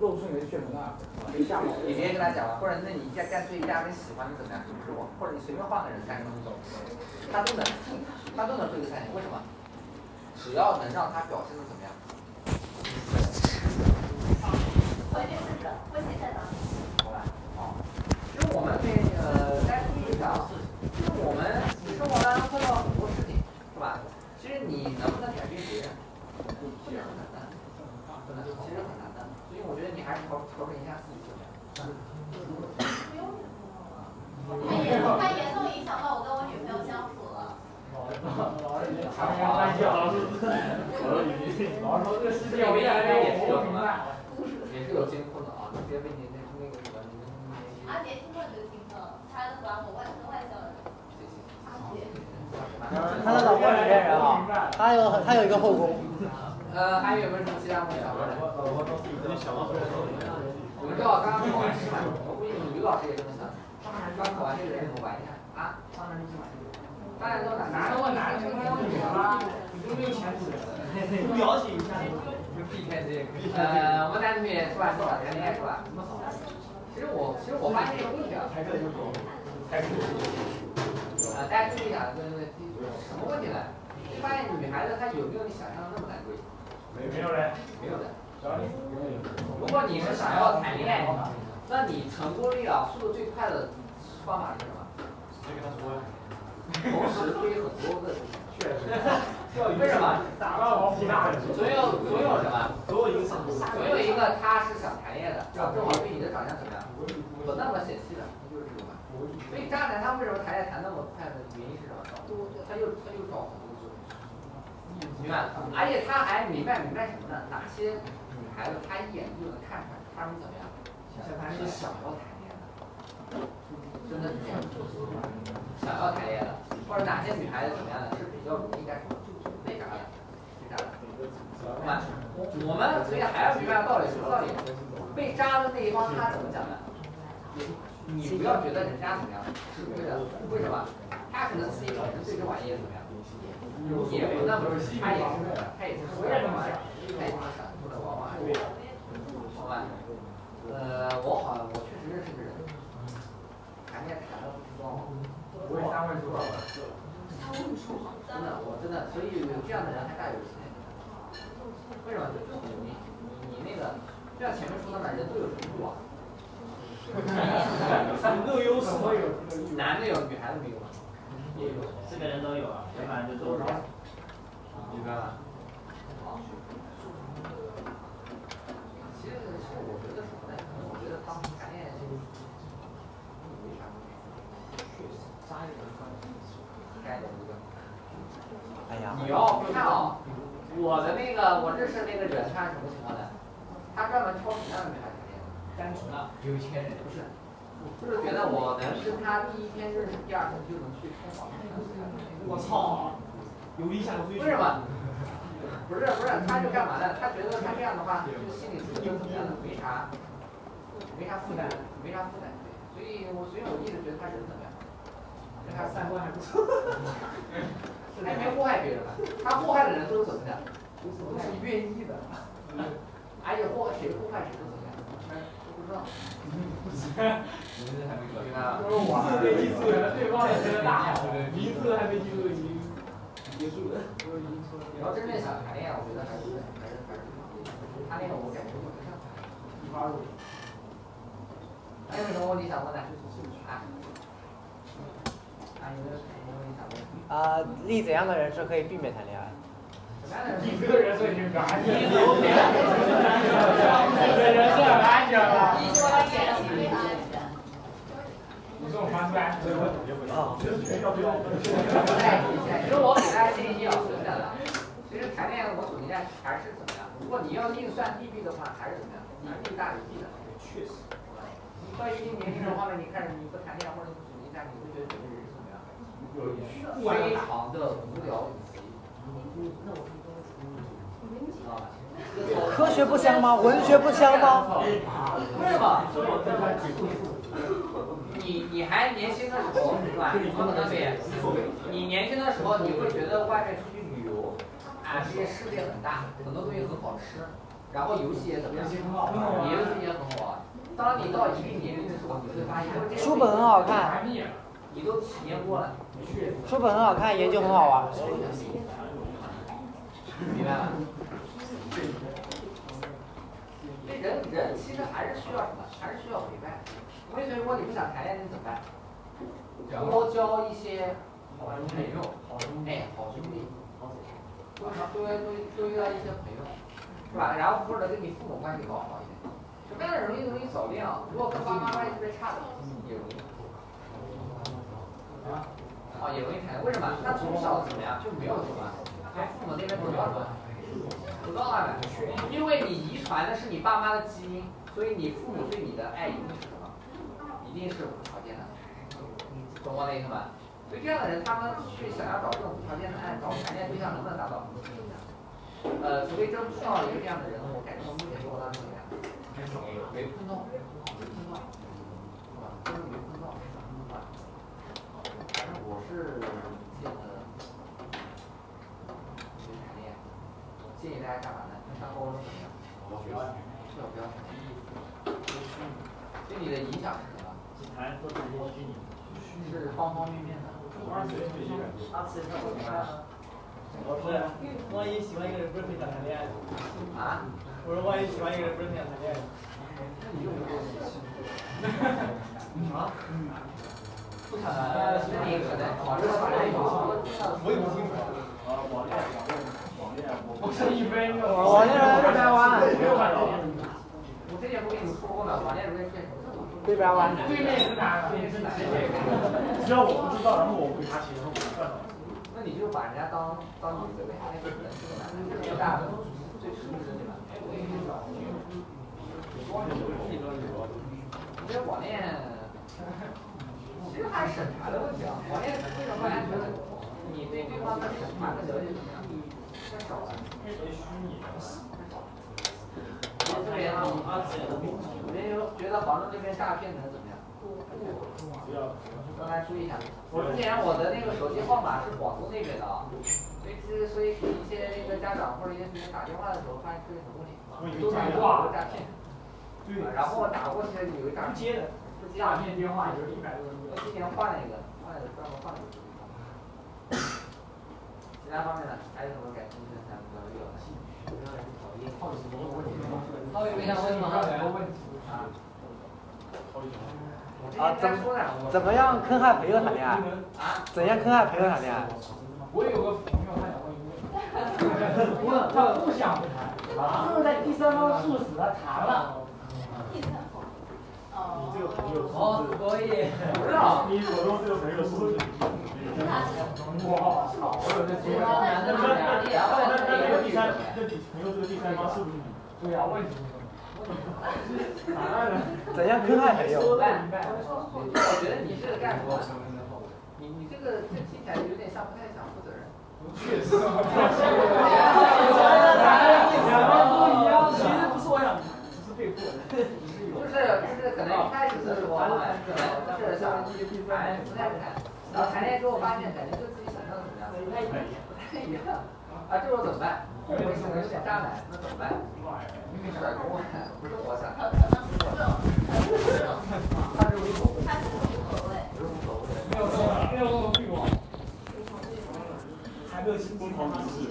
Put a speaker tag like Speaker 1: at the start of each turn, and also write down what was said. Speaker 1: 肉顺人血盆大口，
Speaker 2: 你项目，你直接跟他讲吧，或者那你干干脆一大堆喜欢的怎么样，是我，或者你随便换个人干什么都走，他都能，他都能做一个餐饮，为什么？只要能让他表现的怎么样？
Speaker 3: 回去试试，微信在哪？
Speaker 2: 好吧，哦，就是我们那个在注意讲，就是我们生活当中碰到很多事情，是吧？其实你能不能改变别人，不能很难，不能其实很难的，所以我觉得你还是调调整一下自己怎么样？
Speaker 3: 不用他也他严重影响到我跟我女朋友相处了。
Speaker 1: 开玩笑，老师，老师说这世界越来越活不明白了。
Speaker 2: 也是有艰困的啊，你别被你那那个什么，你那
Speaker 3: 阿杰听说你就听说，他都管我外跟外交人。阿杰，
Speaker 4: 他的老婆是这人啊，他有他有一个后宫，
Speaker 2: 呃，还有没有什么其他问题想问的？我们知道刚刚考完试嘛，我估计你们老师也这么想。上海刚考完这个人怎么玩一下啊？上海是去买这个，大家都哪
Speaker 1: 男的问男的，女的问女的吗？你都没有潜质。
Speaker 5: 了解一下。
Speaker 2: 就避开这个。呃，我们男女也是吧，是吧？谈恋爱是吧？其实我其实我发现这个问题啊，
Speaker 5: 台课就说，
Speaker 2: 呃，大家注意一下，对对对，什么问题呢？就发现女孩子她有没有你想象的那么难追？
Speaker 1: 没有人。
Speaker 2: 没有的。如果你是想要谈恋爱，那你成功率啊，速度最快的方法是什么？
Speaker 5: 谁跟他说呀？
Speaker 2: 同时推很多个，
Speaker 5: 确实，
Speaker 2: 为什么？
Speaker 1: 打到王皮大人。
Speaker 2: 总有总有啊什么？
Speaker 5: 所有影响都
Speaker 2: 总有一个他是想谈恋爱的，然后正好对你的长相怎么样，不那么显气的，那就是这种嘛。所以渣男他为什么谈恋爱谈那么快的原因是什么？他又他又找很多个，明白？而且他还明白明白什么呢？哪些女孩子他一眼就能看出来她们怎么样，她是想要谈恋爱的，真的是这样，想要谈恋爱的，或者哪些女孩子怎么样呢？是比较容易干什么？那啥的，那啥的。懂吧？我们所以还要明白道理，什么道理？被扎的那一方他怎么讲呢？你不要觉得人家怎么样是对的，为什么？他可能自己本身对这玩意怎么样，也不那么，他也是，他也是所有的玩意儿，他也是闪出的娃娃，好吧？呃，我好，像我确实认识个人，谈恋爱谈了不知道，
Speaker 1: 我也三位数了。
Speaker 2: 真的，我真的，所以有这样的人还大有人在。为什么？就就很容易，你你那个，就像前面说的嘛，人都有程度啊。
Speaker 5: 都有优势。
Speaker 2: 男的有，女孩子没有嘛，
Speaker 5: 也有，四个人都有啊，要不然就都有。
Speaker 2: 明白吧？好。其实其实我觉得什么呢？可能我觉得当时谈恋爱就没啥问题，扎一个该怎么
Speaker 4: 哎呀，
Speaker 2: 你要看啊，我的那个我认识那个人，他是什么情况呢？他专门挑什么样的女孩子谈恋爱？单纯的有钱人不是，就是觉得我嗯能跟他第一天认识，第二天就能去开房。
Speaker 5: 我操，有理想追
Speaker 2: 为
Speaker 5: 求。
Speaker 2: 什么？不是不是，他就干嘛呢？他觉得他这样的话，就心里自己怎么样的没啥，没啥负担，没啥负担。对所以我所以我一直觉得他人怎么样，跟他三观还不错，他也没祸害别人吧？他祸害的人都是怎么的？都是愿意的，而且祸谁祸害谁都怎么样？都不知道，明白吧？
Speaker 1: 就是我还没记住，对方也是个大好，名字还没记住，已经结束了。
Speaker 2: 你要真正想谈恋爱，我觉得还是还是还是他那个我感觉我跟上谈。
Speaker 1: 一八五。
Speaker 2: 还有什哎么问题想问的？啊？嗯啊，有没有什么问题想问？
Speaker 4: 啊，立怎样的人是可以避免谈恋爱？
Speaker 2: 什么样的人？
Speaker 1: 你这个人设已经很安全了，你的人设很安全了。
Speaker 3: 你说的也是不安全。
Speaker 1: 你这种方式安全吗？
Speaker 4: 啊，
Speaker 2: 哎，其实我给大家建议啊，真的，其实谈恋爱我总结一下还是怎么样？如果你要硬算利弊的话，还是怎么样？你利大于弊的。确实。你到一定年龄的话呢，你开始你不谈恋爱或者你总结一下，你会觉得整个人是怎么样？非常的无聊以及你知道吧？
Speaker 4: 科学不香吗？文学不香吗？
Speaker 2: 为什么？你你还年轻的时候是吧？你不能被你年轻的时候，你会觉得外面出去旅游，啊，这些世界很大，很多东西很好吃，然后游戏也怎么样，你也当你到一定年龄的时候，你会发现这些
Speaker 4: 书本很好看，
Speaker 2: 你都体验过了，
Speaker 4: 书本很好看，研究很好啊玩。
Speaker 2: 明白吧？这人人其实还是需要什么？还是需要陪伴。我跟你说，如果你不想谈恋爱，你怎么办？多交一些好朋友，哎，好兄弟，多多多多遇到一些朋友，是吧？然后或者跟你父母关系搞好一点。什么样的人容易容易早恋啊？如果跟爸妈关系特别差的，也容易。啊，也容易谈。为什么？他从小怎么样就没有什么，跟父母那边不断断，不断的，因为你遗传的是你爸妈的基因，所以你父母对你的爱一定是什么？一定是无条件的，懂我的意思吗？所以这样的人，他们去想要找这种无条件的爱，找谈恋爱对象能不能达到？呃，除非真碰到一个这样的人，我感觉我目前生活当中没有，没碰到，没碰到，是吧？真的没碰到，是吧？反正我是建议的，别谈恋爱。建议大家干嘛呢？上高中怎么样？最好不要谈恋爱。对你的影响是什么？
Speaker 5: 谈都是一些虚拟的。
Speaker 2: 是方方面面的。
Speaker 5: 二次元不虚拟，二次元上我看。我说，万一喜欢一个人不是很想谈恋爱呢？
Speaker 2: 啊？
Speaker 5: 我说，万一喜欢一个人不是很想谈恋爱呢？
Speaker 2: 那你就没有什么？不想谈恋爱，那你可能考虑到哪里有
Speaker 5: 我也不清楚。啊，网恋，网恋，网恋，我不
Speaker 1: 是一杯那
Speaker 4: 我我那人这边弯，
Speaker 2: 我之前不跟你说过吗？网恋容易出现什么问题？
Speaker 4: 这边弯，
Speaker 1: 对面是哪？
Speaker 2: 对面是哪个？
Speaker 5: 只要我不知道，然后我回答其实我不干了。
Speaker 2: 那你就把人家当当女的呗，那个人是个男的，最大的最吃力的对吧？我觉得网恋其实还是审查的问题啊，网恋为什么大家觉得你对对方的审查的了解怎么样？太少了，
Speaker 5: 因为虚拟的，
Speaker 2: 太少了。我这边，
Speaker 5: 二次元的东西，
Speaker 2: 我就觉得杭州这边诈骗能怎么样？
Speaker 5: 不要。
Speaker 2: 让大家注意一下。我之前我的那个手机号码是广东那边的啊，所以其实所以一些那个家长或者一些同学打电话的时候，发现出现什么问题，
Speaker 1: 都在挂
Speaker 2: 网络，诈骗。
Speaker 1: 对，
Speaker 2: 然后我打过去以为
Speaker 1: 不
Speaker 2: 诈骗，
Speaker 1: 接的，
Speaker 2: 不接
Speaker 1: 诈骗电话也就是一百多人
Speaker 2: 我今年换了一个，换了一个专门换了一个手机号码。其他方面呢，还有什么感兴趣的咱们聊一聊吧。
Speaker 1: 好几个问题，
Speaker 2: 还有没想问
Speaker 1: 好几个问题
Speaker 2: 啊，我之
Speaker 4: 啊
Speaker 2: 前
Speaker 4: 怎
Speaker 2: 在
Speaker 4: 么
Speaker 2: 说呢，我
Speaker 4: 怎么样坑害朋友谈恋爱？
Speaker 2: 啊，
Speaker 4: 怎样坑害朋友谈恋爱？
Speaker 1: 我有个朋友，他想问一个问题，他不想谈，
Speaker 6: 就是在第三方促使他谈了，
Speaker 3: 第三方。哦。
Speaker 5: 这个朋友
Speaker 2: 哦，可以，不知道。
Speaker 5: 你我用这个朋友说的。
Speaker 1: 我操，我有这
Speaker 2: 对呀，
Speaker 1: 经
Speaker 2: 那
Speaker 1: 验，
Speaker 5: 那那那
Speaker 2: 那
Speaker 5: 个第三，那第朋友这个第三方是不是你？
Speaker 1: 对呀，问题，
Speaker 2: 答案呢？
Speaker 4: 怎样坑害朋友？
Speaker 1: 明白，
Speaker 2: 我觉得你这个干什么？你你这个这听起来有点像不太想负责任。
Speaker 1: 确
Speaker 5: 其
Speaker 1: 实，
Speaker 5: 实不是我想，是被迫的。
Speaker 2: 就是就是可能一开始的时候啊，可能就是想哎不太谈，然后谈恋爱之后发现感觉跟自己想象的怎么样不太一样，不太一样啊，这时候怎么办？我是不是有点渣男？那怎么办？甩给我，不是我想
Speaker 3: 可
Speaker 2: 的，
Speaker 3: 可能不是，可能不是，
Speaker 2: 他是无所谓，
Speaker 3: 他是无所谓。
Speaker 2: 我是无所谓。
Speaker 1: 没有没有没有欲望。
Speaker 5: 还没有新疯狂一次，